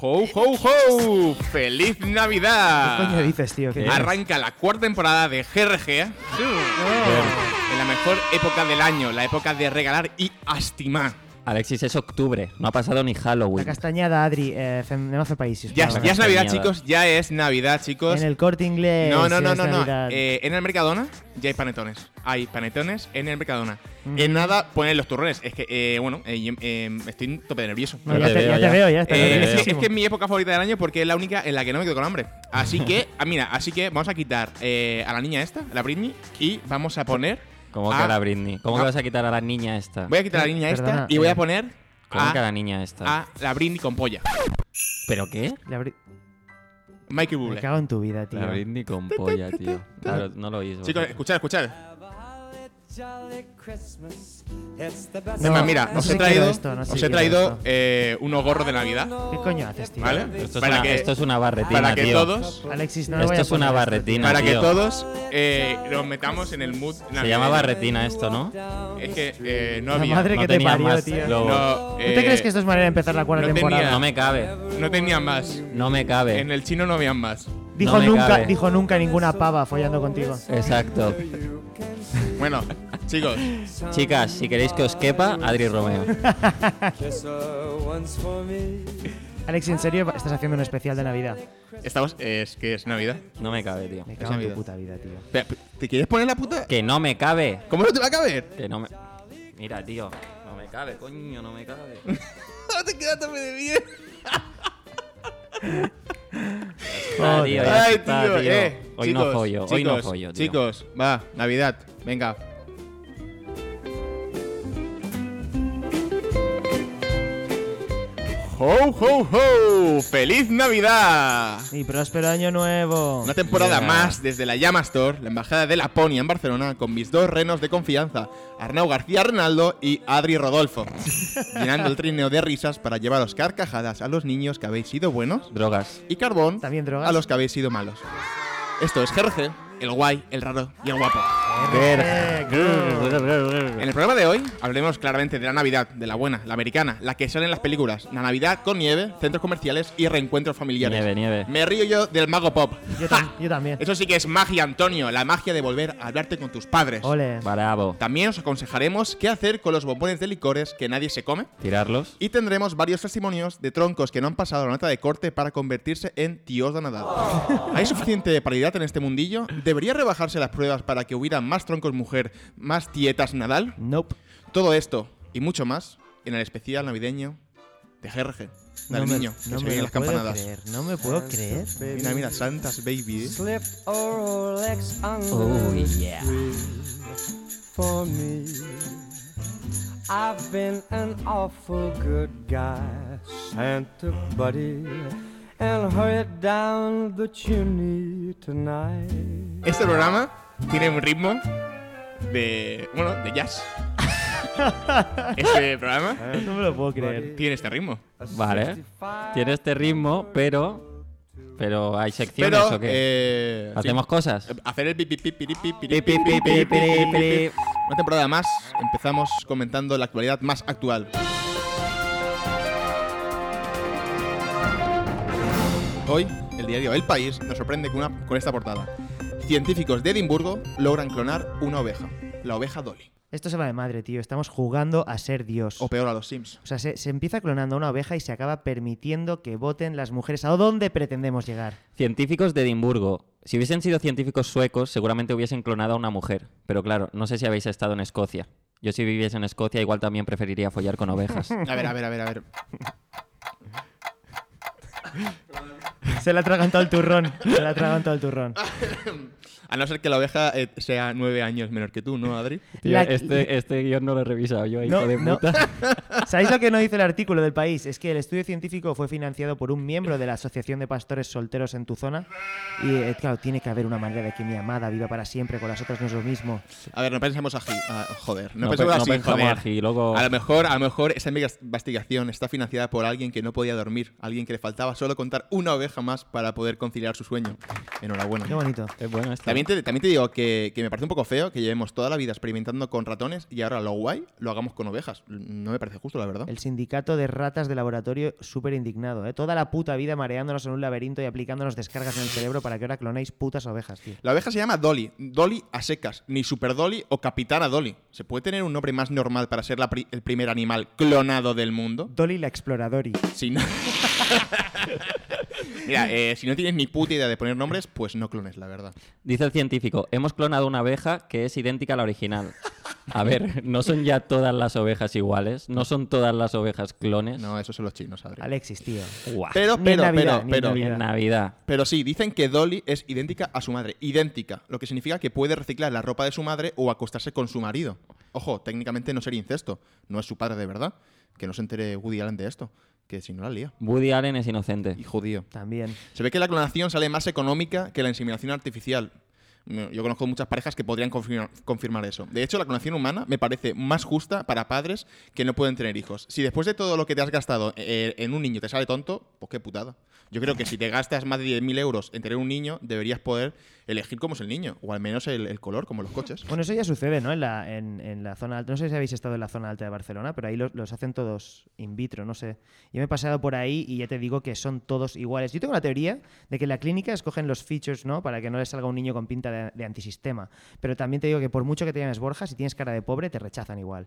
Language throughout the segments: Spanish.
ho, ho, ho! ¡Feliz ¿Qué coño Navidad! dices, tío? ¿Qué dices? Arranca la cuarta temporada de GRG ¿eh? Oh. en la mejor época del año, la época de regalar y astimar. Alexis, es octubre. No ha pasado ni La Halloween. castañada, Adri, eh, fem- de Mazo Países. Ya, por es- favor. ya es Navidad, Castañada. chicos, ya es Navidad, chicos. En el corte inglés. No, no, ya no, es no, no. Navidad. Eh, en el Mercadona ya hay panetones. Hay panetones en el Mercadona. En nada ponen los turrones. Es que, eh, bueno, eh, yo, eh, estoy tope nervioso. No, Ya ya, te te, veo, ya te ya. veo, ya está. Eh, te es, que, es nerviosísimo. que es mi época favorita del año porque es la única en la que no me quedo con hambre. Así que, ah, mira, así que vamos a quitar eh, a la niña esta, a la Britney, y vamos a poner. ¿Cómo que Ah. a la Britney? ¿Cómo No. que vas a quitar a la niña esta? Voy a quitar a la niña esta Perdona, y voy a eh, poner ¿Cómo que a a, la niña esta? a la Britney con polla. ¿Pero qué? Le abrí- Michael Me Bublé. cago en tu vida, tío. La Britney con polla, tío. Claro, no lo hizo. Chicos, escuchad, escuchad. No, Es más, mira, no os sé he qué quiero traído, esto, no sé os qué he quiero traído esto. eh, unos gorros de Navidad. ¿Qué coño haces, tío? ¿Vale? esto, es para una, que- esto es una barretina, Para que tío. todos, Alexis, no le Esto voy a es una poner barretina, para que tío. todos eh, nos metamos en el mood. Se navideño. llama barretina esto, ¿no? No Es que eh, no La había. madre que te tenía parió, más tío. logo. No, ¿Tú te eh, crees que esto es manera de empezar la cuarta no tenía- temporada? No me cabe. No tenía más. No me cabe. En el chino no habían más. Dijo, no me nunca, cabe. dijo nunca ninguna pava follando contigo. Exacto. Bueno, chicos, Chicas, si queréis que os quepa, Adri Romeo. Alex, ¿en serio estás haciendo un especial de Navidad? estamos. Es que es Navidad. No me cabe, tío. Me cago en tu Navidad. puta vida, tío. Espera, ¿Te quieres poner la puta? Que no me cabe. ¿Cómo no te va a caber? Que no me. Mira, tío. No me cabe, coño, no me cabe. No te quedas tope de bien. Ah, tío, ya Ay, está, tío, tío. eh. Hoy chicos, no follo, hoy no chicos, follo, tío. Chicos, va, Navidad, venga. ¡Ho, ho, ho! ¡Feliz Navidad! Y próspero año nuevo. Una temporada Yeah. más desde la Llama Store, la embajada de Laponia en Barcelona, con mis dos renos de confianza, Arnau García Renaldo y Adri Rodolfo, llenando el trineo de risas para llevaros carcajadas a los niños que habéis sido buenos Drogas. y carbón También drogas. a los que habéis sido malos. Esto es GRC, el guay, el raro y el guapo. Eh, En el programa de hoy hablaremos claramente de la Navidad, de la buena, la americana, la que sale en las películas, la Navidad con nieve, centros comerciales y reencuentros familiares. Nieve, nieve. Me río yo del mago pop. Yo, ¡Ja! tam- yo también. Eso sí que es magia, Antonio, la magia de volver a hablarte con tus padres. Ole. Bravo. También os aconsejaremos qué hacer con los bombones de licores que nadie se come. Tirarlos. Y tendremos varios testimonios de troncos que no han pasado la nota de corte para convertirse en tíos de Nadal. ¿Hay suficiente paridad en este mundillo? ¿Debería rebajarse las pruebas para que hubiera más troncos mujer, más tietas Nadal? Nope. Todo esto y mucho más en el especial navideño de GRG. Dale, niño, que no se me vienen lo las puedo campanadas. creer. No me puedo creer. Mira, mira, Santas Baby. eh. Slip a Rolex on the Oh, yeah. tree for me. I've been an awful good guy, Santa buddy, and hurried down the chimney tonight. Este programa tiene un ritmo de. Bueno, de jazz. Este programa No me lo puedo creer. tiene este ritmo. Vale. Tiene este ritmo, pero. Pero hay secciones Pero. o qué? eh, sí. ¿Hacemos cosas? Hacer el pipi, pipi, pipi, pipi, Pi, pi, pi, pi, pi, pi. Una temporada más, empezamos comentando la actualidad más actual. Hoy, el diario El País nos sorprende con, una- con esta portada. Científicos de Edimburgo logran clonar una oveja, la oveja Dolly. Esto se va de madre, tío. Estamos jugando a ser Dios. O peor, a los Sims. O sea, se, se empieza clonando a una oveja y se acaba permitiendo que voten las mujeres. ¿A dónde pretendemos llegar? Científicos de Edimburgo. Si hubiesen sido científicos suecos, seguramente hubiesen clonado a una mujer. Pero claro, no sé si habéis estado en Escocia. Yo si viviese en Escocia, igual también preferiría follar con ovejas. A ver, a ver, a ver, a ver. Se la ha atragantado el turrón. Se la ha atragantado el turrón. Ah, A no ser que la oveja eh, sea nueve años menor que tú, ¿no, Adri? Tío, La- este, este guión no lo he revisado yo, hijo No, de no. puta. ¿Sabéis lo que no dice el artículo del país? Es que el estudio científico fue financiado por un miembro de la Asociación de Pastores Solteros en tu zona. Y eh, claro, tiene que haber una manera de que mi amada viva para siempre, con las otras no es lo mismo. A ver, no pensemos así. ah, joder, no, No pensemos pe- no así, pensamos joder. así, luego- A lo mejor, a lo mejor esa investiga- investigación está financiada por alguien que no podía dormir, alguien que le faltaba solo contar una oveja más para poder conciliar su sueño. Enhorabuena. Qué bonito. Es bueno esto. También te, también te digo que, que me parece un poco feo que llevemos toda la vida experimentando con ratones y ahora lo guay lo hagamos con ovejas. No me parece justo, la verdad. El sindicato de ratas de laboratorio súper indignado, ¿eh? Toda la puta vida mareándonos en un laberinto y aplicándonos descargas en el cerebro para que ahora clonéis putas ovejas, tío. La oveja se llama Dolly. Dolly a secas. Ni Super Dolly o Capitana Dolly. ¿Se puede tener un nombre más normal para ser la pri- el primer animal clonado del mundo? Dolly la Exploradori. Si no... Mira, eh, si no tienes ni puta idea de poner nombres, pues no clones, la verdad. Dice el científico, hemos clonado una abeja que es idéntica a la original. A ver, ¿no son ya todas las ovejas iguales? ¿No son todas las ovejas clones? No, esos son los chinos, Adri. Alexis, tío. Guau. Pero, Ah, Ni en pero, Navidad, ni en pero, Ni pero. en Navidad. Pero sí, dicen que Dolly es idéntica a su madre. Idéntica. Lo que significa que puede reciclar la ropa de su madre o acostarse con su marido. Ojo, técnicamente no sería incesto. No es su padre de verdad. Que no se entere Woody Allen de esto. Que si no la lía. Woody Allen es inocente. Y judío. También. Se ve que la clonación sale más económica que la inseminación artificial. No, Yo conozco muchas parejas que podrían confirma- confirmar eso. De hecho, la clonación humana me parece más justa para padres que no pueden tener hijos. Si después de todo lo que te has gastado eh, en un niño te sale tonto, pues qué putada. Yo creo que si te gastas más de 10.000 euros en tener un niño, deberías poder elegir cómo es el niño, o al menos el, el color, como los coches. Bueno, eso ya sucede, ¿no? En la, en, en la zona alta. No sé si habéis estado en la zona alta de Barcelona, pero ahí los, los hacen todos in vitro, no sé. Yo me he pasado por ahí y ya te digo que son todos iguales. Yo tengo la teoría de que en la clínica escogen los features, ¿no? Para que no le salga un niño con pinta de, de antisistema. Pero también te digo que por mucho que te llames Borja, si tienes cara de pobre, te rechazan igual.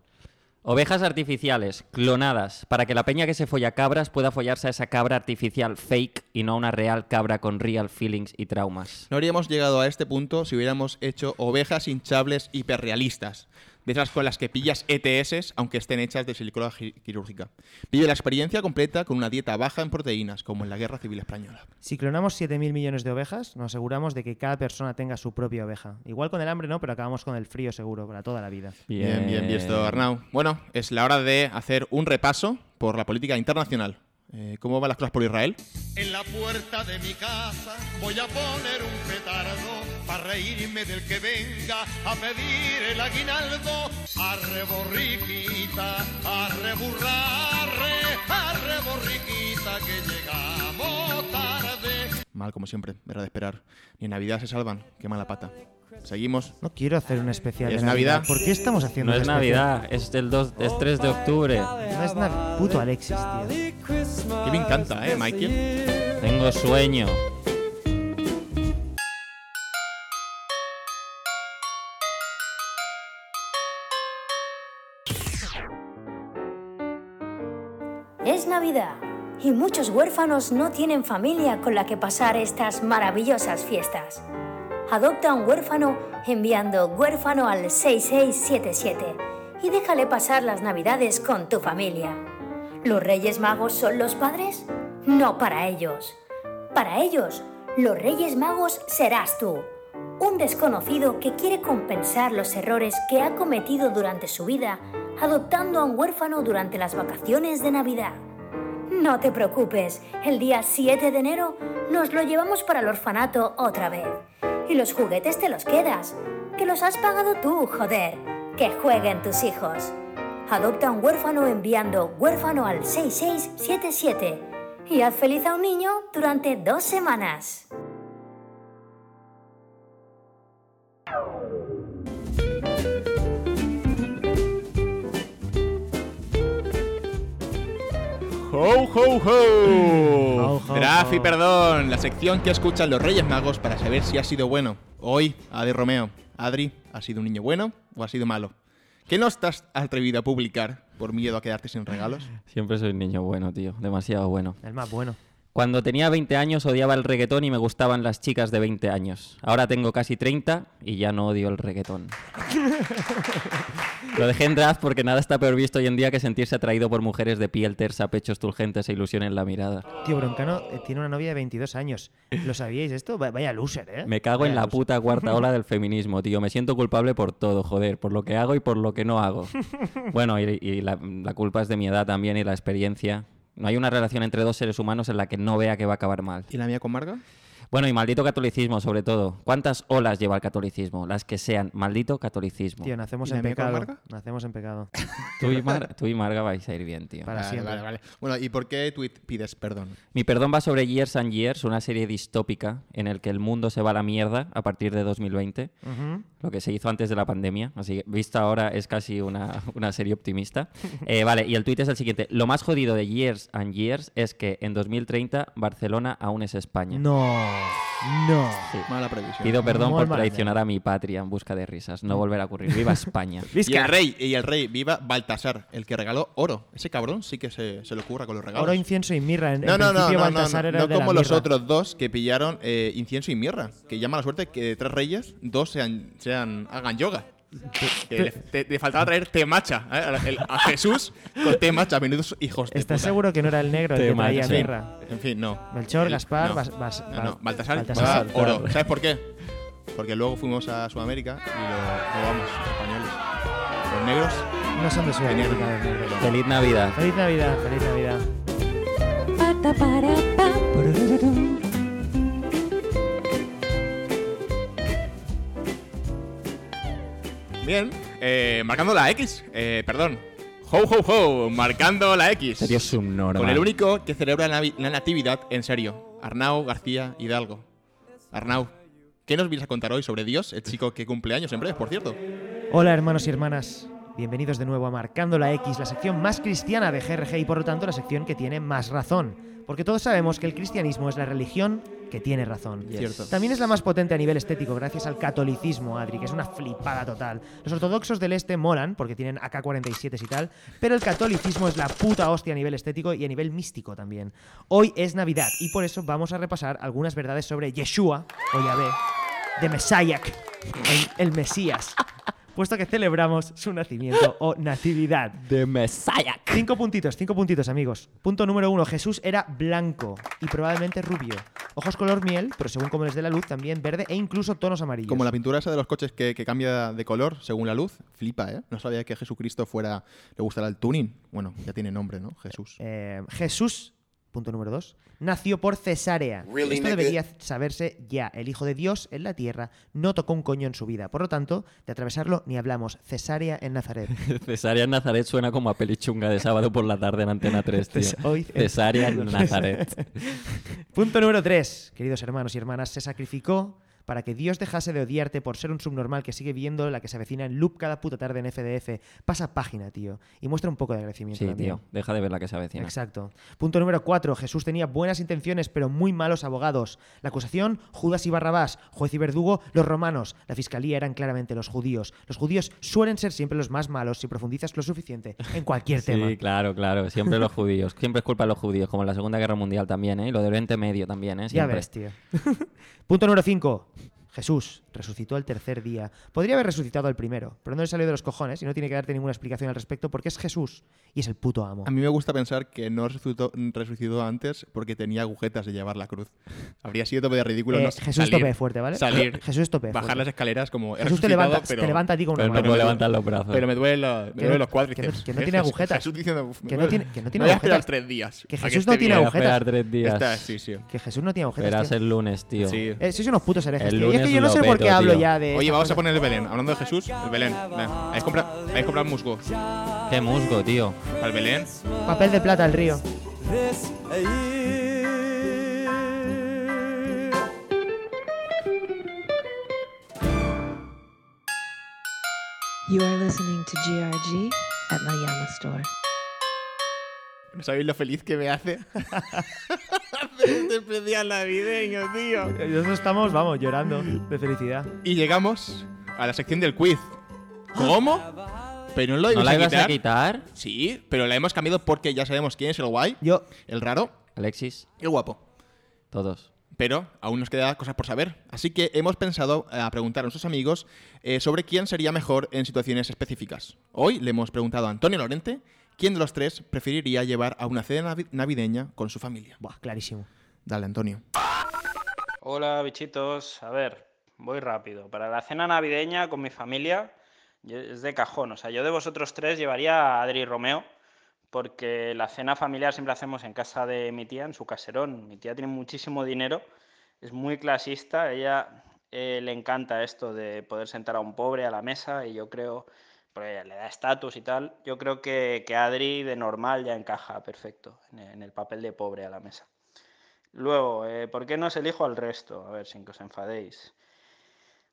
Ovejas artificiales, clonadas, para que la peña que se folla cabras pueda follarse a esa cabra artificial fake y no a una real cabra con real feelings y traumas. No habríamos llegado a este punto si hubiéramos hecho ovejas hinchables hiperrealistas, de esas con las que pillas ETS aunque estén hechas de silicona gi- quirúrgica. Vive la experiencia completa con una dieta baja en proteínas, como en la Guerra Civil Española. Si clonamos 7.000 millones de ovejas, nos aseguramos de que cada persona tenga su propia oveja. Igual con el hambre no, pero acabamos con el frío seguro, para toda la vida. Bien, bien visto, Arnau. Bueno, es la hora de hacer un repaso por la política internacional. Eh, ¿Cómo van las cosas por Israel? En la puerta de mi casa voy a poner un petardo para reírme del que venga a pedir el aguinaldo. Arre borriquita, arre burrarre, arre borriquita que llegamos tarde. Mal, como siempre, era de esperar. Ni en Navidad se salvan. Qué mala pata. Seguimos. No quiero hacer un especial Es de Navidad. Navidad. ¿Por qué estamos haciendo No un es especial? Navidad, es del 2, es 3 de octubre. No es Nav- puto Alexis, tío. Que me encanta, ¿eh, Michael? Tengo sueño. Es Navidad y muchos huérfanos no tienen familia con la que pasar estas maravillosas fiestas. Adopta a un huérfano enviando huérfano al 6677 y déjale pasar las Navidades con tu familia. ¿Los Reyes Magos son los padres? No para ellos. Para ellos, los Reyes Magos serás tú, un desconocido que quiere compensar los errores que ha cometido durante su vida adoptando a un huérfano durante las vacaciones de Navidad. No te preocupes, el día 7 de enero nos lo llevamos para el orfanato otra vez. Y los juguetes te los quedas, que los has pagado tú, joder. Que jueguen tus hijos. Adopta a un huérfano enviando huérfano al 6677 y haz feliz a un niño durante dos semanas. ¡Ho, ho, ho! Ho, ho, Trafi, ho. perdón, la sección que escuchan los Reyes Magos para saber si ha sido bueno. Hoy, Adi Romeo, Adri, ¿ha sido un niño bueno o ha sido malo? ¿Qué no estás atrevido a publicar por miedo a quedarte sin regalos? Siempre soy un niño bueno, tío. Demasiado bueno. El más bueno. Cuando tenía 20 años odiaba el reggaetón y me gustaban las chicas de 20 años. Ahora tengo casi 30 y ya no odio el reggaetón. Lo dejé en draft porque nada está peor visto hoy en día que sentirse atraído por mujeres de piel tersa, pechos turgentes e ilusión en la mirada. Tío, Broncano eh, tiene una novia de 22 años. ¿Lo sabíais esto? Va- Vaya loser, ¿eh? Me cago en Vaya la loser. puta cuarta ola del feminismo, tío. Me siento culpable por todo, joder. Por lo que hago y por lo que no hago. Bueno, y, y la, la culpa es de mi edad también y la experiencia. No hay una relación entre dos seres humanos en la que no vea que va a acabar mal. ¿Y la mía con Marga? Bueno, y maldito catolicismo, sobre todo. ¿Cuántas olas lleva el catolicismo? Las que sean. Maldito catolicismo. Tío, nacemos ¿Y la en mía con pecado. marca? Nacemos en pecado. Tú y, Mar- tú y Marga vais a ir bien, tío. Para Vale, siempre. Ah, vale, vale. Bueno, ¿y por qué tweet pides perdón? Mi perdón va sobre Years and Years, una serie distópica en el que el mundo se va a la mierda a partir de 2020, lo que se hizo antes de la pandemia, así que vista ahora es casi una, una serie optimista. Eh, vale, y el tuit es el siguiente. Lo más jodido de Years and Years es que en 2030 Barcelona aún es España. No, no. Sí. Mala previsión. Pido perdón Muy por mal, eh. traicionar a mi patria en busca de risas. No volverá a ocurrir. ¡Viva España! Y el rey, y el rey, viva Baltasar, el que regaló oro. Ese cabrón sí que se, se le ocurra con los regalos. Oro, incienso y mirra. En, no, en no, no, principio no, no, Baltasar no, era no el de la como los mirra. otros dos que pillaron eh, incienso y mirra. Que llama la suerte que de tres reyes, dos sean, sean hagan yoga. Que le, te- te faltaba traer té macha ¿eh? a, el- a Jesús con té macha, menudos hijos de ¿Estás puta. seguro que no era el negro el Te que traía manchas. Sí. mirra? En fin, no. Melchor, El- Gaspar, no. Bas- Bas- No, no, Bal- Baltasar, Baltasar. va oro. ¿Sabes por qué? Porque luego fuimos a Sudamérica y lo robamos, los españoles. Los negros, No son de su tenían- época, los negros. ¡Feliz Navidad! Feliz Navidad, feliz Navidad. Bien, eh, marcando la X, eh, perdón. Ho, ho, ho, marcando la X. Serio subnormal. Con el único que celebra la, navi- la natividad en serio, Arnau García Hidalgo. Arnau, ¿qué nos vienes a contar hoy sobre Dios, el chico que cumple años en breve, por cierto? Hola hermanos y hermanas, bienvenidos de nuevo a Marcando la X, la sección más cristiana de GRG y por lo tanto la sección que tiene más razón, porque todos sabemos que el cristianismo es la religión que tiene razón. Cierto. También es la más potente a nivel estético gracias al catolicismo, Adri, que es una flipada total. Los ortodoxos del este molan porque tienen AK-47 y tal, pero el catolicismo es la puta hostia a nivel estético y a nivel místico también. Hoy es Navidad y por eso vamos a repasar algunas verdades sobre Yeshua o Yahvé, de Mesayak, el, el Mesías, puesto que celebramos su nacimiento o natividad. ¡De Messiah! Cinco puntitos, cinco puntitos, amigos. Punto número uno, Jesús era blanco y probablemente rubio. Ojos color miel, pero según como les dé la luz, también verde e incluso tonos amarillos. Como la pintura esa de los coches que, que cambia de color según la luz, flipa, ¿eh? No sabía que Jesucristo fuera, le gustara el tuning. Bueno, ya tiene nombre, ¿no? Jesús. Eh, Jesús, punto número dos, nació por cesárea. Esto debería saberse ya. El Hijo de Dios en la tierra no tocó un coño en su vida. Por lo tanto, de atravesarlo ni hablamos. Cesárea en Nazaret. Cesárea en Nazaret suena como a pelichunga de sábado por la tarde en Antena 3, tío. Cesa- hoy- Cesárea en Nazaret. Punto número 3. Queridos hermanos y hermanas, se sacrificó para que Dios dejase de odiarte por ser un subnormal que sigue viendo la que se avecina en loop cada puta tarde en FDF. Pasa página, tío. Y muestra un poco de agradecimiento. Sí, también. tío. Deja de ver la que se avecina. Exacto. Punto número 4. Jesús tenía buenas intenciones, pero muy malos abogados. La acusación, Judas y Barrabás. Juez y verdugo, los romanos. La fiscalía eran claramente los judíos. Los judíos suelen ser siempre los más malos si profundizas lo suficiente en cualquier Este tema. Sí, claro, claro. Siempre los judíos. Siempre es culpa de los judíos, como en la Segunda Guerra Mundial también, ¿eh? Y lo de Oriente Medio también, ¿eh? Ya Siempre. ves, tío. Punto número 5. Jesús resucitó al tercer día. Podría haber resucitado al primero, pero no le salió de los cojones y no tiene que darte ninguna explicación al respecto porque es Jesús y es el puto amo. A mí me gusta pensar que no resucitó, resucitó antes porque tenía agujetas de llevar la cruz. Habría sido tope de ridículo. Eh, no Jesús Salir, tope fuerte, ¿vale? Salir. Jesús tope Bajar fuerte. las escaleras como. he Jesús te resucitado, levanta, pero- te levanta a ti con una Pero no mano. puedo levantar los brazos. Pero me duelen los, me Que no- duelen los cuádriceps. que no- que no tiene Jesús- agujetas. Jesús diciendo, "Uf, me Que no duele". tiene- que no tiene Voy a esperar agujetas. tres días. Que a Jesús no esté tiene bien. Voy a agujetas. esperar tres días. Esta, sí, sí. Que Jesús no tiene agujetas. Verás tío. el lunes, tío. Sí. Eh, sois unos putos herejes. El tío. Y es que lunes yo no lo sé por qué peto, hablo tío. ya de. Oye, estas vamos a cosas. poner el Belén. Hablando de Jesús, el Belén. Nah, ¿Habéis comprado, habéis comprado musgo Qué musgo, tío. para el Belén? Papel de plata al río. This year. You are listening to GRG at my Yama store. ¿No sabéis lo feliz que me hace? Hacer este especial navideño, tío. Nosotros estamos, vamos, llorando de felicidad. Y llegamos a la sección del quiz. ¿Cómo? Pero no lo ¿No ibas la a ibas quitar. a quitar, Sí, pero la hemos cambiado porque ya sabemos quién es el guay, Yo. el raro Alexis? y el guapo. Todos. Pero aún nos queda cosas por saber. Así que hemos pensado eh, a preguntar a nuestros amigos eh, sobre quién sería mejor en situaciones específicas. Hoy le hemos preguntado a Antonio Lorente quién de los tres preferiría llevar a una cena navi- navideña con su familia. Buah, clarísimo. Dale, Antonio. Hola bichitos, a ver, voy rápido. Para la cena navideña con mi familia yo- es de cajón, o sea, yo de vosotros tres llevaría a Adri y Romeo, porque la cena familiar siempre la hacemos en casa de mi tía, en su caserón. Mi tía tiene muchísimo dinero, es muy clasista. Ella eh, le encanta esto de poder sentar a un pobre a la mesa y yo creo, porque le da estatus y tal, yo creo que, que Adri de normal ya encaja perfecto en, en el papel de pobre a la mesa. Luego, eh, ¿por qué no os elijo al resto? A ver, sin que os enfadéis.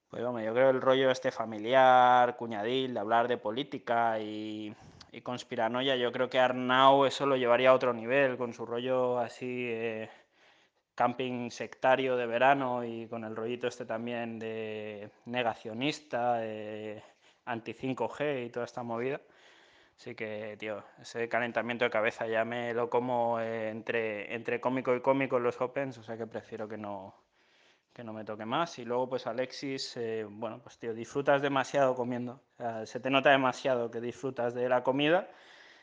Pues hombre, yo creo el rollo este familiar, cuñadil, de hablar de política y, y conspiranoia, yo creo que Arnau eso lo llevaría a otro nivel, con su rollo así eh, camping sectario de verano y con el rollito este también de negacionista, de anti-5G y toda esta movida. Así que, tío, ese calentamiento de cabeza ya me lo como eh, entre, entre cómico y cómico en los Opens, o sea que prefiero que no, que no me toque más. Y luego, pues Alexis, eh, bueno, pues tío, disfrutas demasiado comiendo. O sea, se te nota demasiado que disfrutas de la comida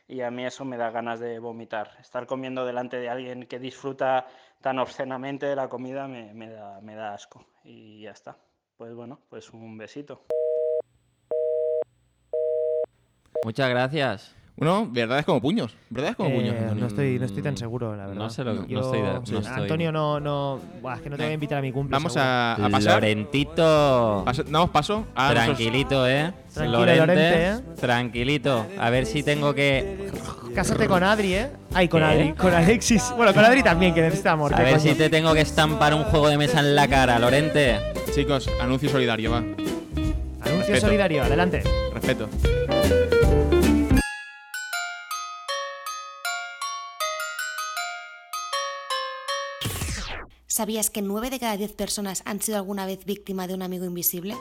y a mí eso me da ganas de vomitar. Estar comiendo delante de alguien que disfruta tan obscenamente de la comida me, me da, me da asco. Y ya está. Pues bueno, pues un besito. Muchas gracias. Bueno, verdades como puños. Verdades como Eh, puños. no, Antonio. estoy, no estoy tan seguro, la verdad. No sé lo- no Yo- estoy de- no Sí. estoy. Antonio, no. no buah, es que no te voy a invitar a mi cumple. Vamos seguro. a, a pasar. Lorentito. pasa- damos paso a. nuestros- Tranquilito, ¿eh? Tranquilo, Lorente, ¿eh? Tranquilito. A ver si tengo que... Cásate con Adri, ¿eh? Ay, con ¿Qué? Adri. Con Alexis. Bueno, con Adri también, que necesita amor. A ¿qué ver coño? si te tengo que estampar un juego de mesa en la cara, Lorente. Chicos, anuncio solidario, va. Anuncio Respeto. solidario, adelante. Respeto. ¿Sabías que 9 de cada 10 personas han sido alguna vez víctima de un amigo invisible?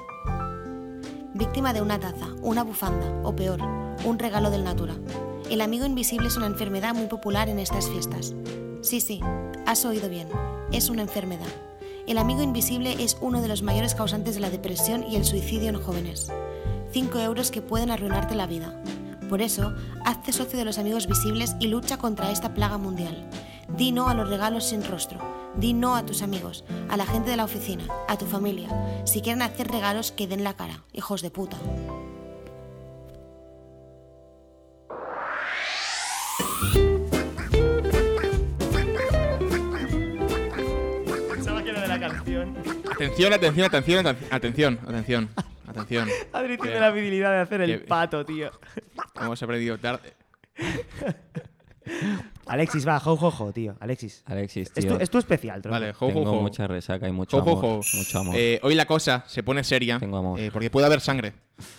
Víctima de una taza, una bufanda o peor, un regalo del Natura. El amigo invisible es una enfermedad muy popular en estas fiestas. Sí, sí, has oído bien, es una enfermedad. El amigo invisible es uno de los mayores causantes de la depresión y el suicidio en jóvenes. 5 euros que pueden arruinarte la vida. Por eso, hazte socio de los amigos visibles y lucha contra esta plaga mundial. Di no a los regalos sin rostro. Di no a tus amigos, a la gente de la oficina, a tu familia. Si quieren hacer regalos, que den la cara, hijos de puta. Pensaba que era de la canción. Atención, atención, atención, aten- atención, atención, atención. Adri tiene Bien. la habilidad de hacer el Bien. pato, tío. Hemos aprendido tarde. Alexis, va, jo, jo, jo, tío. Alexis. Alexis, Es tío. tu, es tu especial, tronco. Vale, jo, jo, tengo jo. mucha resaca y mucho Jo, jo, amor. jo. Mucho amor. Eh, hoy la cosa se pone seria Tengo amor. eh, porque puede haber sangre.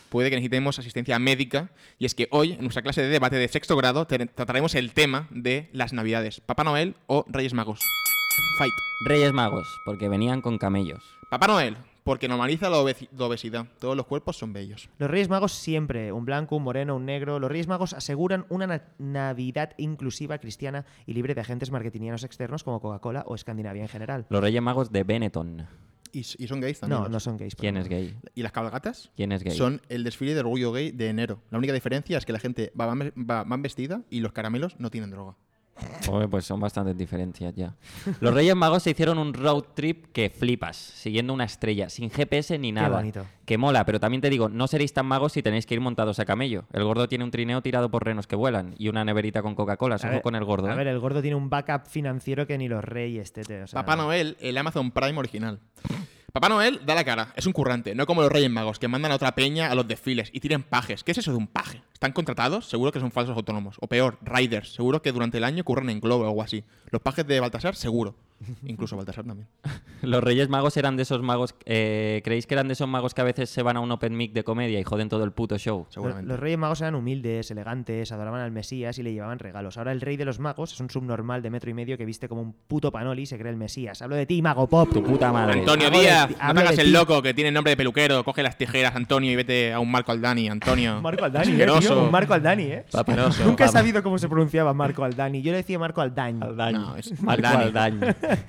Puede que necesitemos asistencia médica. Y es que hoy, en nuestra clase de debate de sexto grado, te- trataremos el tema de las navidades. ¿Papá Noel o Reyes Magos? Fight. Reyes Magos, porque venían con camellos. Papá Noel, porque normaliza la, obesi- la obesidad. Todos los cuerpos son bellos. Los Reyes Magos siempre, un blanco, un moreno, un negro. Los Reyes Magos aseguran una na- Navidad inclusiva, cristiana y libre de agentes marketingianos externos como Coca-Cola o Escandinavia en general. Los Reyes Magos de Benetton. Y, s- y son gays también. No, los- no son gays. por ¿Quién lo es menos. gay? ¿Y las cabalgatas? ¿Quién es gay? Son el desfile de orgullo gay de enero. La única diferencia es que la gente va van va- van vestida y los caramelos no tienen droga. Joder, pues son bastantes diferencias ya. Los Reyes Magos se hicieron un road trip que flipas, siguiendo una estrella, sin GPS ni nada. bonito. Que mola, pero también te digo, no seréis tan magos si tenéis que ir montados a camello. El gordo tiene un trineo tirado por renos que vuelan y una neverita con Coca-Cola. A Ojo ver, con el gordo. A ¿eh? ver, el gordo tiene un backup financiero que ni los reyes, tete. o sea, Papá Noel, el Amazon Prime original. Papá Noel da la cara, es un currante, no como los Reyes Magos que mandan a otra peña a los desfiles y tiran pajes. ¿Qué es eso de un paje? ¿Están contratados? Seguro que son falsos autónomos. O peor, riders. Seguro que durante el año curran en globo o algo así. Los pajes de Baltasar, seguro. Incluso Baltasar también. Los Reyes Magos eran de esos magos. eh, ¿Creéis que eran de esos magos que a veces se van a un open mic de comedia y joden todo el puto show? Los, Seguramente. los reyes magos eran humildes, elegantes, adoraban al Mesías y le llevaban regalos. Ahora el rey de los magos es un subnormal de metro y medio que viste como un puto panoli y se cree el Mesías. Hablo de ti, mago pop. Tu puta madre. Antonio Hablo de Díaz, ti- no te hablo hagas de el ti. loco que tiene nombre de peluquero. Coge las tijeras, Antonio, y vete a un Marco Aldani, Antonio. Marco Aldani, eh, Asqueroso. tío, un Marco Aldani, eh. Asqueroso. Nunca he sabido cómo se pronunciaba Marco Aldani. Yo le decía Marco Aldani. No, es Marco Aldani. Aldani.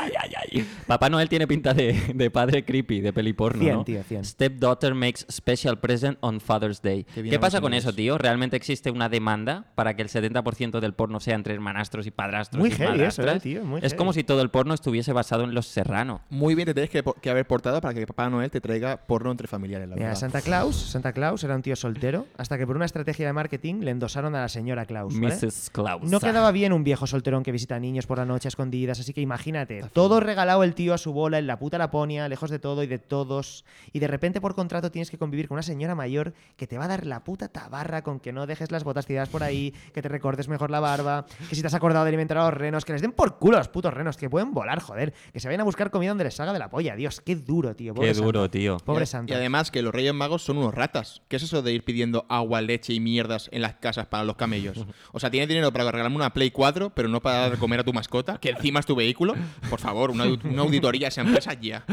Ay, ay, ay. Papá Noel tiene pinta de, de padre creepy, de peliporno, Cien, ¿no? tío, cien. Stepdaughter makes special present on Father's Day. Qué ¿Qué, bien pasa hablas con inglés. eso, tío? ¿Realmente existe una demanda para que el 70% del porno sea entre hermanastros y padrastros Muy y heavy eso, eh, madrastras? tío, muy es heavy. como si todo el porno estuviese basado en Los Serrano. Muy bien te tenés que, por- que haber portado para que Papá Noel te traiga porno entre familiares, la Mira, verdad. Santa Claus, Santa Claus era un tío soltero, hasta que por una estrategia de marketing le endosaron a la señora Claus. ¿vale? Mrs. Claus. Ah, No quedaba bien un viejo solterón que visita niños por la noche a escondidas, así que imagínate, todo embalado el tío a su bola en la puta Laponia, lejos de todo y de todos, y de repente por contrato tienes que convivir con una señora mayor que te va a dar la puta tabarra con que no dejes las botas tiradas por ahí, que te recortes mejor la barba, que si te has acordado de alimentar a los renos, que les den por culo a los putos renos, que pueden volar, joder, que se vayan a buscar comida donde les salga de la polla. Dios, qué duro, tío. Qué pobre santo. duro, tío. Pobre y, santo. Y además que los Reyes Magos son unos ratas. ¿Qué es eso de ir pidiendo agua, leche y mierdas en las casas para los camellos? O sea, tienes dinero para regalarme una Play 4, pero no para dar de comer a tu mascota, que encima es tu vehículo. Por favor, una, aud- una auditoría a esa empresa ya.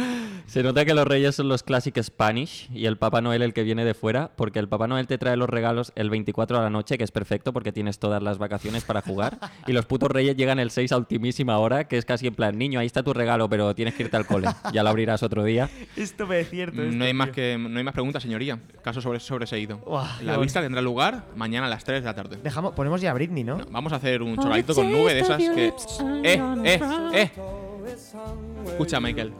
Se nota que los reyes son los classic Spanish y el Papá Noel el que viene de fuera, porque el Papá Noel te trae los regalos el 24 a la noche, que es perfecto porque tienes todas las vacaciones para jugar, y los putos reyes llegan el 6 a ultimísima hora, que es casi en plan, niño, ahí está tu regalo, pero tienes que irte al cole, ya lo abrirás otro día. Esto me es cierto. esto, No hay más tío. que no hay más preguntas, señoría. Caso sobre sobreseído. Uah, La qué vista tendrá lugar mañana a las 3 de la tarde. Dejamos, ponemos ya a Britney, ¿no? Vamos a hacer un choradito con nube de esas que. ¡Eh! ¡Eh! ¡Eh! Escucha, Michael.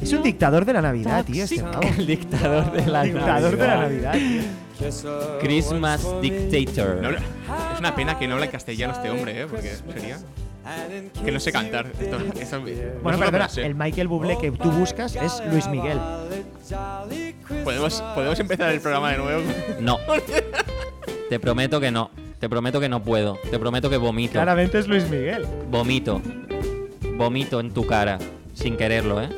Es un dictador de la Navidad, tío. Este pavo. El dictador de la dictador de la Navidad. tío. Christmas No Dictator. habla- es una pena que no habla en castellano este hombre, ¿eh? Porque sería. Que no sé cantar. Esto- eso- Bueno, nosotros perdona, no sé. el Michael Bublé que tú buscas es Luis Miguel. ¿Podemos, podemos empezar el programa de nuevo. No. Te prometo que no. Te prometo que no puedo. Te prometo que vomito. Claramente es Luis Miguel. Vomito. Vomito en tu cara. Sin quererlo, ¿eh?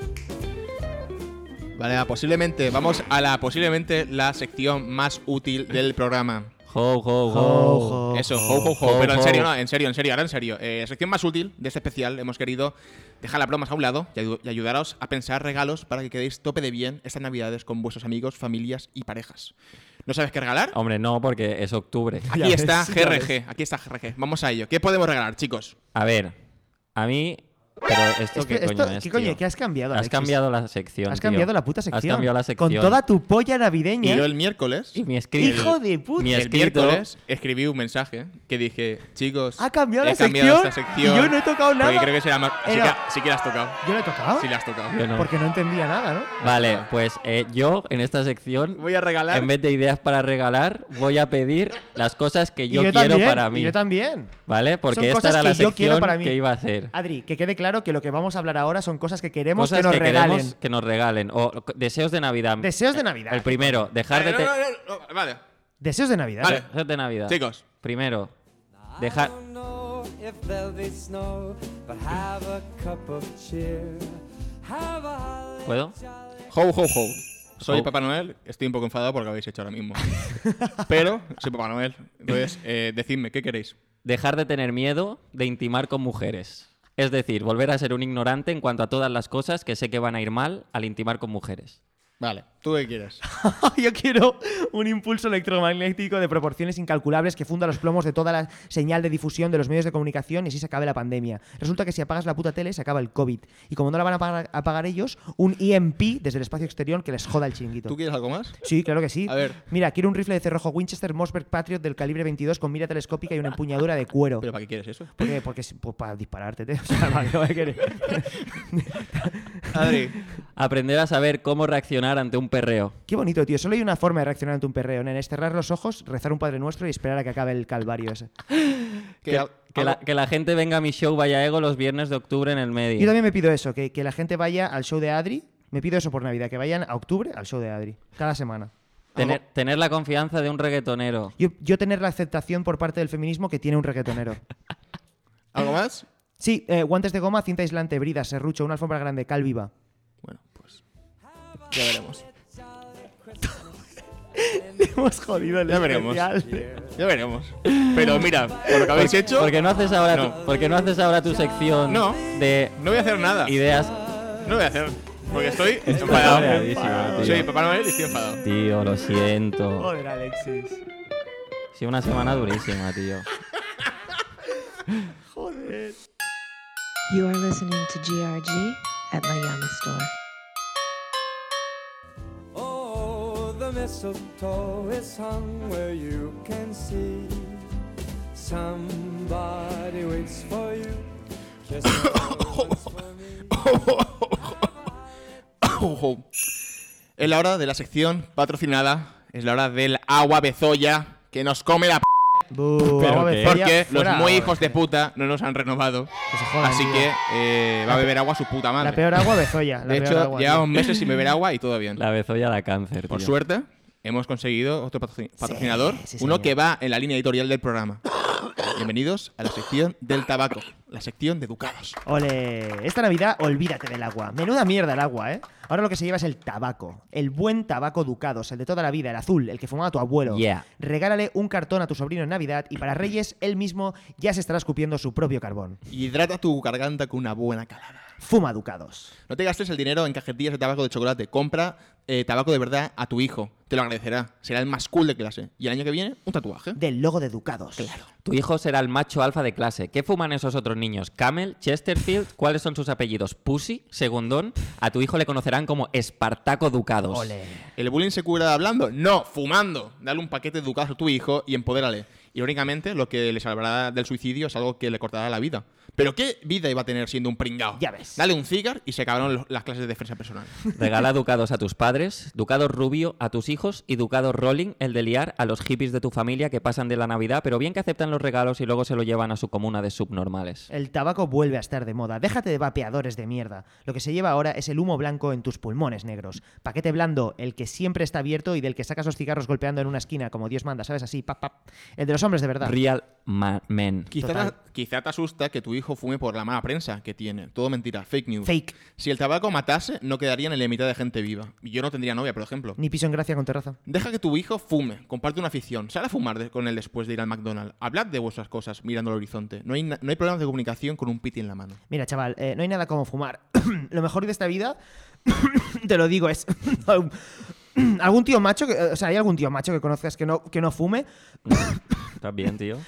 Vale, va, posiblemente. Vamos a la posiblemente la sección más útil del programa. Ho, ho, ho. Ojo. Eso, ho, ho, ho. Ho, Pero en ho. serio, no, en serio, en serio, ahora en serio. Eh, sección más útil de este especial. Hemos querido dejar las bromas a un lado y, ayu- y ayudaros a pensar regalos para que quedéis tope de bien estas navidades con vuestros amigos, familias y parejas. ¿No sabes qué regalar? Hombre, no, porque es octubre. Ya Aquí ves, está ya GRG, aquí está GRG. Vamos a ello. ¿Qué podemos regalar, chicos? A ver, a mí. Pero esto, Esto- ¿qué esto- coño es? ¿Qué coño? tío? ¿Qué has cambiado? Has Alexis? cambiado la sección. Has tío. cambiado la puta sección. Has cambiado la sección. Con toda tu polla Y navideña. yo el miércoles, Y mi escrito. Hijo de puta. Mi el escrito. miércoles escribí un mensaje que dije, chicos, Ha cambiado he la cambiado sección esta y sección. yo no he tocado Porque nada. creo que será más. Sí Era- que, sí que la has tocado. ¿Yo lo he tocado? Sí la has tocado. Yo no. Porque no entendía nada, ¿no? Vale, pues eh, yo en esta sección, Voy a regalar. en vez de ideas para regalar, voy a pedir las cosas que yo, Y quiero también, para y mí. yo también. ¿Vale? Son Porque esta cosas era que la yo quiero sección para mí. que iba a hacer. Adri, que quede claro que lo que vamos a hablar ahora son cosas que queremos Cosas que nos regalen. queremos que nos regalen. O co- deseos de Navidad. Eh, Deseos de Navidad. El primero, dejar Vale, de... no, te- no, no, no, vale. Deseos de Navidad. Vale. Deseos de Navidad. Chicos, Primero, dejar... ¿Puedo? ho, ho, ho. Soy Ho. Papá Noel, estoy un poco enfadado por lo que habéis hecho ahora mismo. Pero soy Papá Noel. Entonces, eh, decidme, ¿qué queréis? Dejar de tener miedo de intimar con mujeres. Es decir, volver a ser un ignorante en cuanto a todas las cosas que sé que van a ir mal al intimar con mujeres. Vale, ¿tú qué quieres? Yo quiero un impulso electromagnético de proporciones incalculables que funda los plomos de toda la señal de difusión de los medios de comunicación y así se acabe la pandemia. Resulta que si apagas la puta tele se acaba el COVID. Y como no la van a apagar, a apagar ellos, un EMP desde el espacio exterior que les joda el chinguito. ¿Tú quieres algo más? Sí, claro que sí. A ver. Mira, quiero un rifle de cerrojo Winchester Mossberg Patriot del calibre 22 con mira telescópica y una empuñadura de cuero. ¿Pero para qué quieres eso? ¿Por qué? Porque si- pues, para dispararte, te- o sea, para que no me quede- Adri, Aprender a saber cómo reaccionar ante un perreo. Qué bonito, tío. Solo hay una forma de reaccionar ante un perreo, nen. Es cerrar los ojos, rezar un Padre Nuestro y esperar a que acabe el calvario ese. que, al- Que la, que la gente venga a mi show Vaya Ego los viernes de octubre en el medio. Yo también me pido eso, que, que la gente vaya al show de Adri. Me pido eso por Navidad, que vayan a octubre al show de Adri, cada semana. Tener, tener la confianza de un reggaetonero. Yo, yo tener la aceptación por parte del feminismo que tiene un reggaetonero. ¿Algo más? Sí, eh, guantes de goma, cinta aislante, brida, serrucho, una alfombra grande, calviva. Bueno, pues. Ya veremos. Hemos jodido el Ya veremos. especial. Ya veremos. Pero mira, por lo que habéis hecho, ¿Por qué no haces ahora, No. tu, por qué no haces ahora tu sección No. de no voy a hacer nada. ideas? No voy a hacer. Porque estoy cabreadísimo, enfadado. tío. Soy Papá Noel y estoy enfadado. Tío, lo siento. Joder, Alexis. Sí, una semana durísima, tío. You are listening to GRG at La Llama Store. Oh, the mistletoe is hung where you can see. Somebody waits for you. Kiss once for me. Ojo. Es la hora de la sección patrocinada. Es la hora del agua bezoya que nos come la p. Bu, agua qué? de feria, Porque los fuera. muy hijos de puta no nos han renovado. Que se jodan, así tío. que eh, va a beber agua su puta madre. La peor agua, Bezoya. la de peor hecho, agua, tío. llevamos meses sin beber agua y todo bien. La bezoya da cáncer. Por tío. suerte, hemos conseguido otro patrocin- patrocinador, sí, uno señor. que va en la línea editorial del programa. Bienvenidos a la sección del tabaco, la sección de educados. Ole, esta Navidad olvídate del agua. Menuda mierda el agua, ¿eh? Ahora lo que se lleva es el tabaco. El buen tabaco Ducados, el de toda la vida, el azul, el que fumaba tu abuelo. Yeah. Regálale un cartón a tu sobrino en Navidad y para Reyes él mismo ya se estará escupiendo su propio carbón. Hidrata tu garganta con una buena calada. Fuma Ducados. No te gastes el dinero en cajetillas de tabaco de chocolate. Compra eh, tabaco de verdad a tu hijo. Te lo agradecerá. Será el más cool de clase. Y el año que viene, un tatuaje. Del logo de Ducados. Tu hijo será el macho alfa de clase. ¿Qué fuman esos otros niños? ¿Camel? ¿Chesterfield? ¿Cuáles son sus apellidos? ¿Pussy? ¿Segundón? A tu hijo le conocerán como Espartaco Ducados. Ole. ¿El bullying se cura hablando? No, fumando. Dale un paquete de ducados a tu hijo y empodérale. Irónicamente, lo que le salvará del suicidio es algo que le cortará la vida. ¿Pero qué vida iba a tener siendo un pringao? Ya ves. Dale un cigar y se acabaron los- las clases de defensa personal. Regala ducados a tus padres, ducados rubio a tus hijos y ducados rolling, el de liar, a los hippies de tu familia que pasan de la Navidad, pero bien que aceptan los regalos y luego se lo llevan a su comuna de subnormales. El tabaco vuelve a estar de moda. Déjate de vapeadores de mierda. Lo que se lleva ahora es el humo blanco en tus pulmones negros. Paquete blando, el que siempre está abierto y del que sacas los cigarros golpeando en una esquina como Dios manda, ¿sabes? Así, pap, pap. El de los hombres de verdad. Real ma- men. Quizá Total. te, quizá te asusta que tu hijo fume por la mala prensa que tiene. Todo mentira, fake news. Fake. Si el tabaco matase, no quedarían en la mitad de gente viva. Y Yo no tendría novia, por ejemplo. Ni piso en gracia con terraza. Deja que tu hijo fume, comparte una afición, sal a fumar de- con él después de ir al McDonald's. Hablad de vuestras cosas mirando al horizonte. No hay, na- no hay problemas de comunicación con un piti en la mano. Mira, chaval, eh, no hay nada como fumar. Lo mejor de esta vida, te lo digo, es. algún tío macho, que- o sea, hay algún tío macho que conozcas que no, que no fume, ¿Estás bien, tío?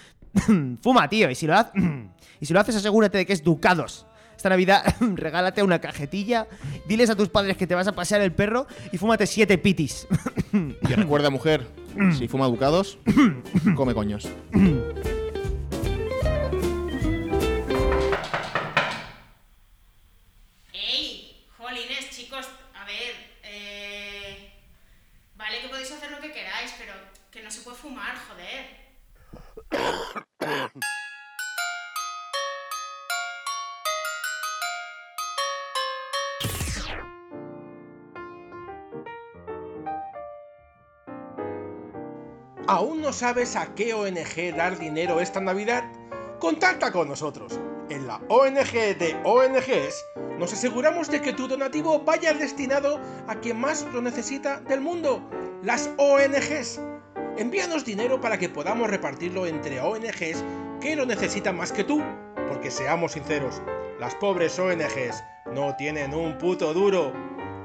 fuma, tío. Y si lo, haz- y si lo haces, asegúrate de que es Ducados. Esta Navidad, regálate una cajetilla, diles a tus padres que te vas a pasear el perro y fúmate siete pitis. Y recuerda, mujer, si fuma ducados, come coños. ¡Ey! Jolines, chicos, a ver. eh, Vale, que podéis hacer lo que queráis, pero que no se puede fumar, joder. ¿Aún no sabes a qué ONG dar dinero esta Navidad? Contacta con nosotros. En la ONG de ONGs nos aseguramos de que tu donativo vaya destinado a quien más lo necesita del mundo, las ONGs. Envíanos dinero para que podamos repartirlo entre ONGs que lo necesitan más que tú, porque seamos sinceros, las pobres ONGs no tienen un puto duro.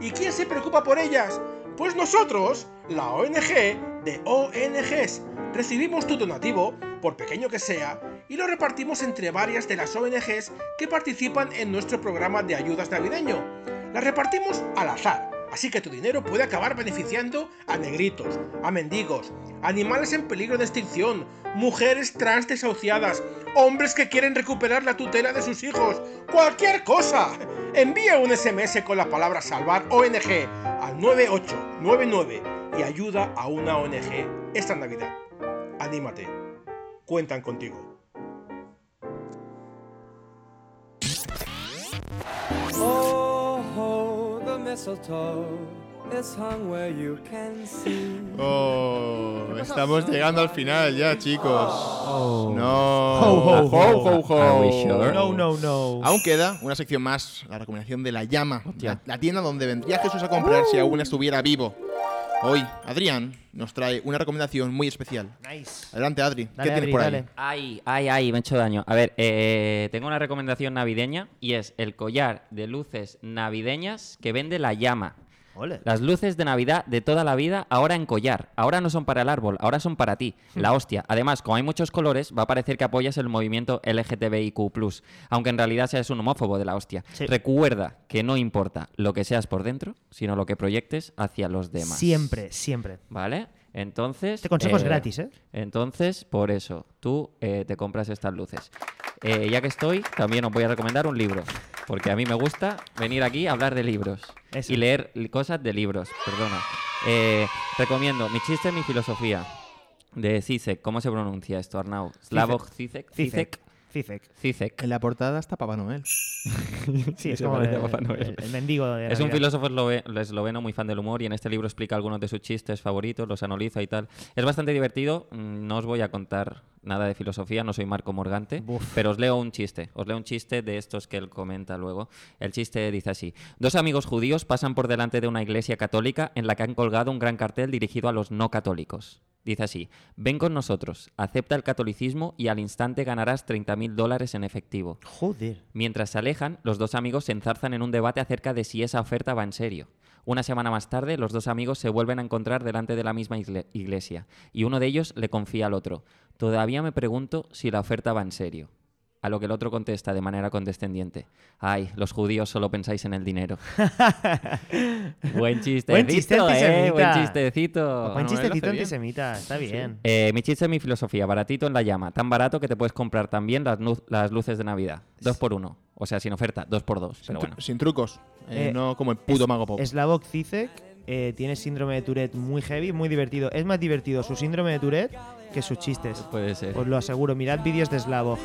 ¿Y quién se preocupa por ellas? Pues nosotros, la ONG de ONGs, recibimos tu donativo, por pequeño que sea, y lo repartimos entre varias de las ONGs que participan en nuestro programa de ayudas navideño. Las repartimos al azar, así que tu dinero puede acabar beneficiando a negritos, a mendigos, animales en peligro de extinción, mujeres trans desahuciadas, hombres que quieren recuperar la tutela de sus hijos, cualquier cosa. Envía un SMS con la palabra salvar ONG al 9899 y ayuda a una ONG esta Navidad. Anímate, cuentan contigo. Oh, ho, the mistletoe is hung where you can see. Oh, estamos llegando al final ya, chicos. Oh. No. Ho, ho, ho. Ho, ho, ho. Are we sure? No, no, no. Aún queda una sección más, la recomendación de La Llama, la, la tienda donde vendría Jesús a comprar si aún estuviera vivo. Hoy, Adrián nos trae una recomendación muy especial. Nice. Adelante, Adri, ¿qué Dale, tienes Adri, por ahí? dale. Ay, ay, ay, me he hecho daño. A ver, eh, tengo una recomendación navideña y es el collar de luces navideñas que vende la llama. Ole. Las luces de Navidad de toda la vida ahora en collar. Ahora no son para el árbol, ahora son para ti. Hmm. La hostia. Además, como hay muchos colores, va a parecer que apoyas el movimiento LGTBIQ+, aunque en realidad seas un homófobo de la hostia. Sí. Recuerda que no importa lo que seas por dentro, sino lo que proyectes hacia los demás. Siempre, siempre. ¿Vale? Entonces... Este consejo es gratis, ¿eh? Entonces, por eso, tú eh, te compras estas luces. Eh, ya que estoy, también os voy a recomendar un libro, porque a mí me gusta venir aquí a hablar de libros Eso. y leer li- cosas de libros, perdona. Eh, recomiendo Mi chiste, mi filosofía. De Zizek, ¿cómo se pronuncia esto, Arnau? Slavoj Zizek. Zizek. Zizek. Zizek. En la portada está Papá Noel. Sí, es Se como el, parece a Papá el- Noel. el mendigo de Es un Navidad. filósofo eslove- esloveno muy fan del humor y en este libro explica algunos de sus chistes favoritos, los analiza y tal. Es bastante divertido, mm, no os voy a contar nada de filosofía, no soy Marco Morgante, pero os leo un chiste, os leo un chiste de estos que él comenta luego. El chiste dice así, dos amigos judíos pasan por delante de una iglesia católica en la que han colgado un gran cartel dirigido a los no católicos. Dice así, ven con nosotros, acepta el catolicismo y al instante ganarás 30.000 dólares en efectivo. Joder. Mientras se alejan, los dos amigos se enzarzan en un debate acerca de si esa oferta va en serio. Una semana más tarde, los dos amigos se vuelven a encontrar delante de la misma isle- iglesia, y uno de ellos le confía al otro, todavía me pregunto si la oferta va en serio. A lo que el otro contesta de manera condescendiente, ay, los judíos solo pensáis en el dinero. Buen chistecito, Buen chiste antisemita. eh, buen chistecito. Buen Manuel lo hace chistecito bien. antisemita, está bien. Eh, mi chiste es mi filosofía, baratito en la llama, tan barato que te puedes comprar también las, nu- las luces de Navidad, dos por uno, o sea, sin oferta, dos por dos, pero tru- bueno. sin trucos. Eh, Eh, no como el puto mago pop. Slavoj Zizek eh, tiene síndrome de Tourette muy heavy, muy divertido. Es más divertido su síndrome de Tourette que sus chistes. Puede ser. Os lo aseguro, mirad vídeos de Slavoj.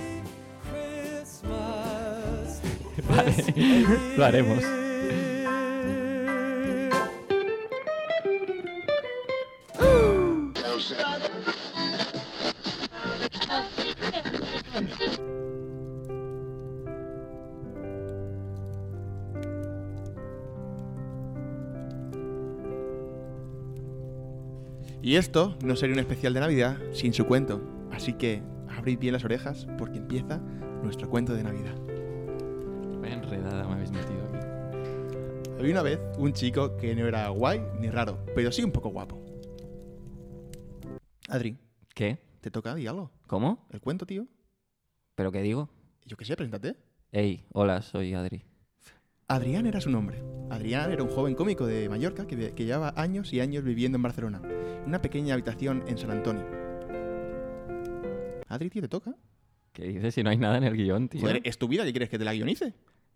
Vale, lo haremos. Y esto no sería un especial de Navidad sin su cuento. Así que abrid bien las orejas porque empieza nuestro cuento de Navidad. Vaya enredada me habéis metido aquí. Había una vez un chico que no era guay ni raro, pero sí un poco guapo. Adri, ¿Qué? ¿te toca di algo? ¿Cómo? ¿El cuento, tío? ¿Pero qué digo? Yo qué sé, preséntate. Ey, hola, soy Adri. Adrián era su nombre. Adrián era un joven cómico de Mallorca que, que llevaba años y años viviendo en Barcelona, en una pequeña habitación en San Antonio. Adri, tío, ¿te toca? ¿Qué dices si no hay nada en el guión, tío? Joder, es tu vida, ¿qué quieres que te la guionice?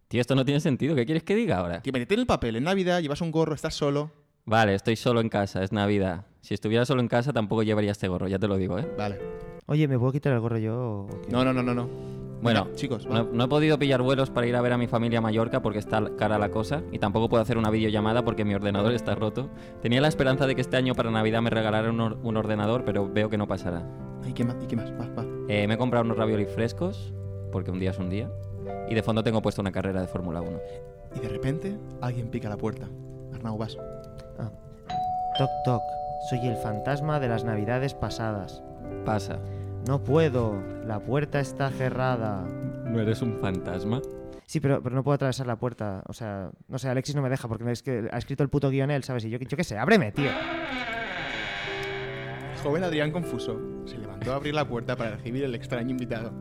Tío, esto no tiene sentido, ¿qué quieres que diga ahora? Tío, metete en el papel, en Navidad, llevas un gorro, estás solo. Vale, estoy solo en casa, es Navidad. Si estuviera solo en casa tampoco llevaría este gorro, ya te lo digo, ¿eh? Vale. Oye, ¿me puedo quitar el gorro yo? o qué? No, no, no, no, no. Bueno, Venga, chicos, va. No, no he podido pillar vuelos para ir a ver a mi familia a Mallorca porque está cara la cosa y tampoco puedo hacer una videollamada porque mi ordenador está roto. Tenía la esperanza de que este año para Navidad me regalaran un, or- un ordenador, pero veo que no pasará. ¿Y qué más? ¿Y qué más? Va, va. Eh, me he comprado unos ravioli frescos porque un día es un día y de fondo tengo puesto una carrera de Fórmula 1. Y de repente, alguien pica la puerta. Arnau, vas. Ah. Toc, toc. Soy el fantasma de las navidades pasadas. Pasa. No puedo. La puerta está cerrada. ¿No eres un fantasma? Sí, pero, pero no puedo atravesar la puerta. O sea, no sé, Alexis no me deja porque es que ha escrito el puto guion él, ¿sabes? Y yo, yo qué sé, ábreme, tío. El joven Adrián, confuso, se levantó a abrir la puerta para recibir el extraño invitado.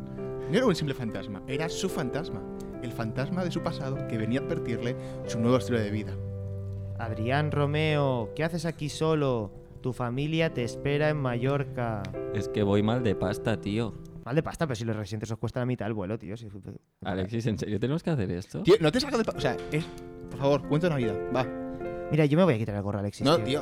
No era un simple fantasma, era su fantasma. El fantasma de su pasado que venía a advertirle su nuevo estilo de vida. Adrián Romeo, ¿qué haces aquí solo? Tu familia te espera en Mallorca. Es que voy mal de pasta, tío. Mal de pasta, pero si los residentes os cuesta la mitad el vuelo, tío. si- Alexis, ¿en serio tenemos que hacer esto? Tío, no te salgas de... pa- O sea, es... Por favor, cuento de Navidad, va. Mira, yo me voy a quitar el gorro, Alexis. No, tío,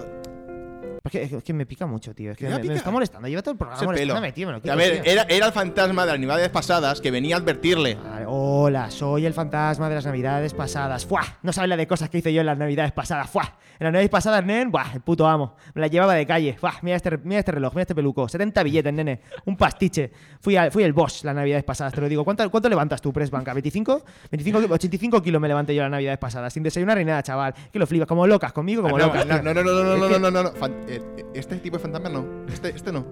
Es que, es que me pica mucho, tío. Es que ¿Te me, va a me picar? está molestando. Lleva todo el programa ese pelo. molestándome, tío. Me lo quito, A ver, eh, tío. era, era el fantasma de las navidades pasadas que venía a advertirle. Vale, Hola, soy el fantasma de las navidades pasadas. ¡Fua! No sabes la de cosas que hice yo en las navidades pasadas. ¡Fua! En las navidades pasadas, nen, ¡buah! El puto amo. Me la llevaba de calle. ¡Fua! Mira este, re- mira este reloj, mira este peluco. 70 billetes, nene. Un pastiche. Fui, al- fui el boss las navidades pasadas, te lo digo. ¿Cuánto, cuánto levantas tú, Presbanca? ¿25? 25 ki- 85 kilos me levanté yo las navidades pasadas. Sin desayunar ni nada, chaval. Que lo flipas. Como locas conmigo, como Ah, locas. no, tío. no, no, no, no, Es no, que- no, no, no, no. Fan- eh, eh, Este tipo de fantasma no. Este, este no.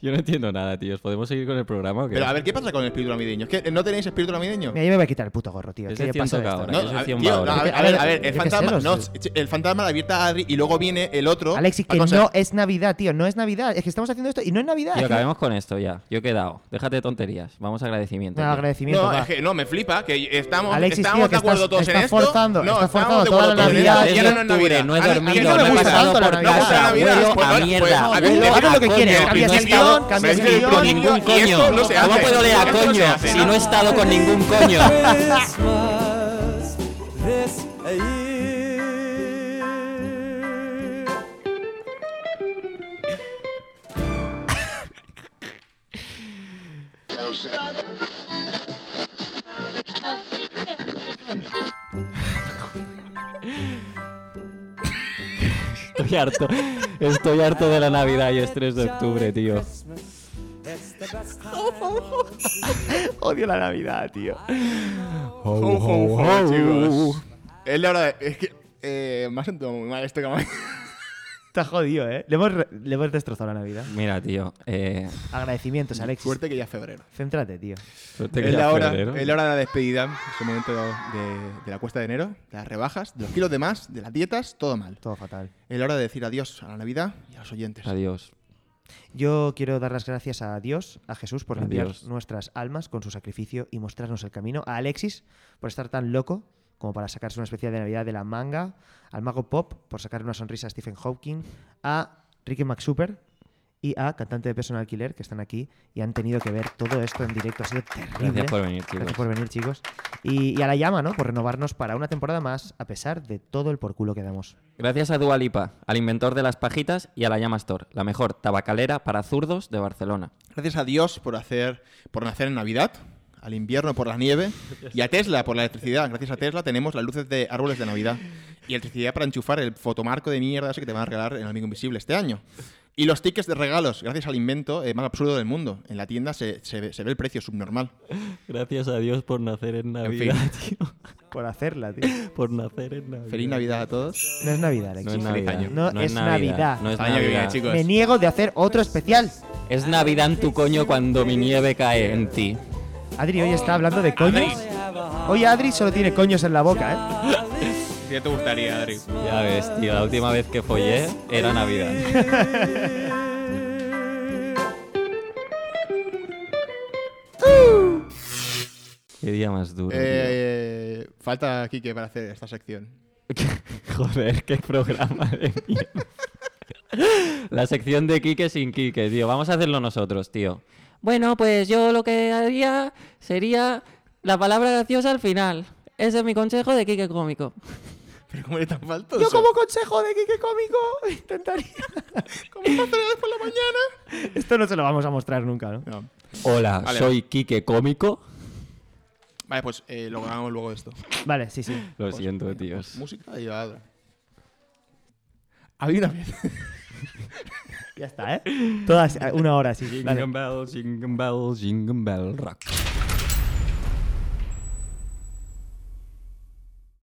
Yo no entiendo nada, tíos. ¿Podemos seguir con el programa o qué? Pero a ver, ¿qué pasa con el espíritu navideño? ¿Es que no tenéis espíritu navideño? Mira, yo me voy a quitar el puto gorro, tío. Yo Es que te ya pasa siento de esto. ahora. No, Yo soy a ver, cien tío, no, valores. a ver, a ver, a Yo ver, qué el sé, fantasma, los- no, ch- el fantasma la abierta a Adri y luego viene el otro. Alexis, que Ah, cosa- no es Navidad, tío. No es Navidad. Es que estamos haciendo esto y no es Navidad. Tío, Es que- acabemos con esto ya. Yo he quedado. Déjate de tonterías. Vamos a agradecimiento. No, tío. agradecimiento. No, va. es que no, me flipa, que estamos, Alexis, estamos tío, que de acuerdo estás- todos en estás esto. forzando, no, estás estamos forzado de toda acuerdo la todos en Navidad. esto. Ya Desde no es Navidad. octubre, no he A mí- a mí dormido, no me no he gusta. pasado por No me gusta casa, Navidad, vuelo pues- a pues- mierda, pues- vuelo mí- a Haz lo que coño, quieres, el cambias el principio- guión, cambias me el escribo guión. con ningún Ningún y esto coño. no se ¿Cómo hace. puedo leer a Esto no se coño hace, si ¿no? no he estado con ningún coño? Christmas this year. Estoy harto. Estoy harto de la Navidad y es 3 de octubre, tío. Oh, Odio la Navidad, tío. Ho, oh. ho, ho, chicos. Es la hora de. Es que. Eh, me ha sentado muy mal esto que me- Está jodido, ¿eh? Le hemos, re- le hemos destrozado la Navidad. Mira, tío. Eh, Agradecimientos, Alexis. Suerte que ya es febrero. Céntrate, tío. suerte que Es ya la, hora, febrero. es la hora de la despedida. Es el momento de, de la cuesta de enero, de las rebajas, de los kilos de más, de las dietas, todo mal. Todo fatal. Es la hora de decir adiós a la Navidad y a los oyentes. Adiós. Yo quiero dar las gracias a Dios, a Jesús, por limpiar Adiós. nuestras almas con su sacrificio y mostrarnos el camino. A Alexis, por estar tan loco como para sacarse una especie de Navidad de la manga. Al Mago Pop, por sacar una sonrisa a Stephen Hawking. A Ricky McSuper y a Cantante de Personal Killer, que están aquí y han tenido que ver todo esto en directo. Ha sido terrible. Gracias por venir, chicos. Gracias por venir, chicos. Y, y a la llama, ¿no? Por renovarnos para una temporada más, a pesar de todo el por culo que damos. Gracias a Dualipa, al inventor de las pajitas y a la Llama Store, la mejor tabacalera para zurdos de Barcelona. Gracias a Dios por hacer por nacer en Navidad, al invierno por la nieve y a Tesla por la electricidad. Gracias a Tesla tenemos las luces de árboles de Navidad y electricidad para enchufar el fotomarco de mierda ese que te van a regalar en el Amigo Invisible este año. Y los tickets de regalos, gracias al invento eh, más absurdo del mundo. En la tienda se, se ve- se ve el precio subnormal. Gracias a Dios por nacer en Navidad, Por hacerla, tío. Por nacer en Navidad. Feliz Navidad a todos. No es Navidad, Alexis. No es Feliz Navidad. año. No, es Navidad. No es Hasta el año que viene, Navidad. chicos. Me niego de hacer otro especial. Es Navidad en tu coño cuando mi nieve cae en ti. Adri hoy está hablando de coños. Hoy Adri solo tiene coños en la boca, ¿eh? ¿Qué te gustaría, Adri? Ya ves, tío, la última vez que follé era Navidad. Qué día más duro. Eh, falta Kike para hacer esta sección. tío. Joder, qué programa de mierda. La sección de Quique sin Quique, tío. Vamos a hacerlo nosotros, tío. Bueno, pues yo lo que haría sería la palabra graciosa al final. Ese es mi consejo de Quique Cómico. Pero ¿cómo eres tan faltoso? Yo como consejo de Quique Cómico intentaría... ¿Cómo pasarías por la mañana? Esto no se lo vamos a mostrar nunca, ¿no? No. Hola, Vale. soy Quique Cómico. Vale, pues eh, lo grabamos luego de esto. Vale, sí, sí. Lo siento, tíos. Música llevada. Había una vez. Ya está, ¿eh? Todas, eh, una hora, sí. Vale. Jingle bell, jingle bell, jingle bell rock.